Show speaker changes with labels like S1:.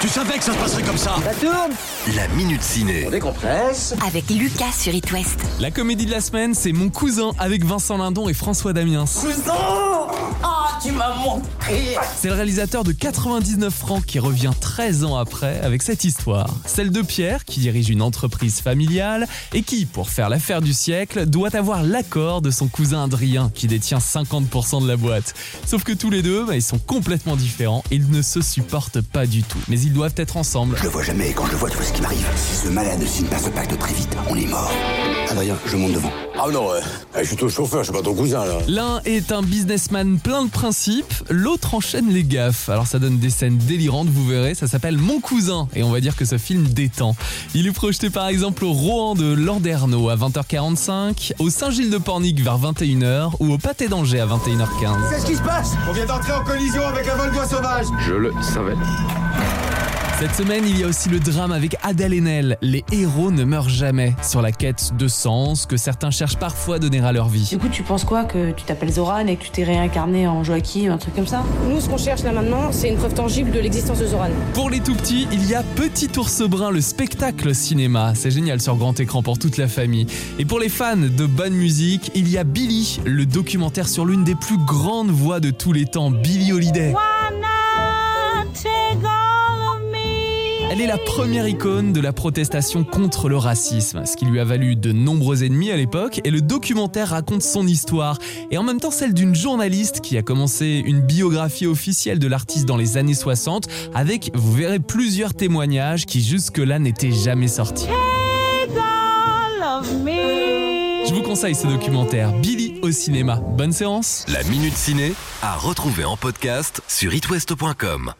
S1: Tu savais que ça se passerait comme ça
S2: Ça tourne
S3: La Minute Ciné.
S2: On décompresse.
S4: avec Lucas sur It West.
S5: La comédie de la semaine, c'est Mon Cousin avec Vincent Lindon et François Damiens. C'est le réalisateur de 99 francs qui revient 13 ans après avec cette histoire. Celle de Pierre qui dirige une entreprise familiale et qui, pour faire l'affaire du siècle, doit avoir l'accord de son cousin Adrien qui détient 50% de la boîte. Sauf que tous les deux, bah, ils sont complètement différents, ils ne se supportent pas du tout. Mais ils doivent être ensemble.
S3: Je le vois jamais et quand je le vois, tu vois ce qui m'arrive. Si ce malade ne signe pas ce pacte très vite, on est mort. Adrien, je monte devant.
S6: Ah non, euh, je suis ton chauffeur, je suis pas ton cousin là.
S5: L'un est un businessman plein de principes, l'autre enchaîne les gaffes. Alors ça donne des scènes délirantes, vous verrez, ça s'appelle Mon cousin et on va dire que ce film détend. Il est projeté par exemple au Rohan de Landerneau à 20h45, au Saint-Gilles de Pornic vers 21h ou au Pâté d'Angers à 21h15.
S2: Qu'est-ce qui se passe
S6: On vient d'entrer en collision avec un volga sauvage.
S5: Cette semaine, il y a aussi le drame avec Adèle Haenel, Les héros ne meurent jamais, sur la quête de sens que certains cherchent parfois à donner à leur vie.
S7: Du coup, tu penses quoi Que tu t'appelles Zoran et que tu t'es réincarné en Joachim, un truc comme ça
S8: Nous, ce qu'on cherche là maintenant, c'est une preuve tangible de l'existence de Zoran.
S5: Pour les tout petits, il y a Petit ours brun, le spectacle cinéma. C'est génial sur grand écran pour toute la famille. Et pour les fans de bonne musique, il y a Billy, le documentaire sur l'une des plus grandes voix de tous les temps, Billie Holiday. Elle est la première icône de la protestation contre le racisme, ce qui lui a valu de nombreux ennemis à l'époque, et le documentaire raconte son histoire, et en même temps celle d'une journaliste qui a commencé une biographie officielle de l'artiste dans les années 60, avec, vous verrez, plusieurs témoignages qui jusque-là n'étaient jamais sortis. Je vous conseille ce documentaire, Billy au cinéma. Bonne séance
S3: La Minute Ciné à retrouver en podcast sur itwest.com.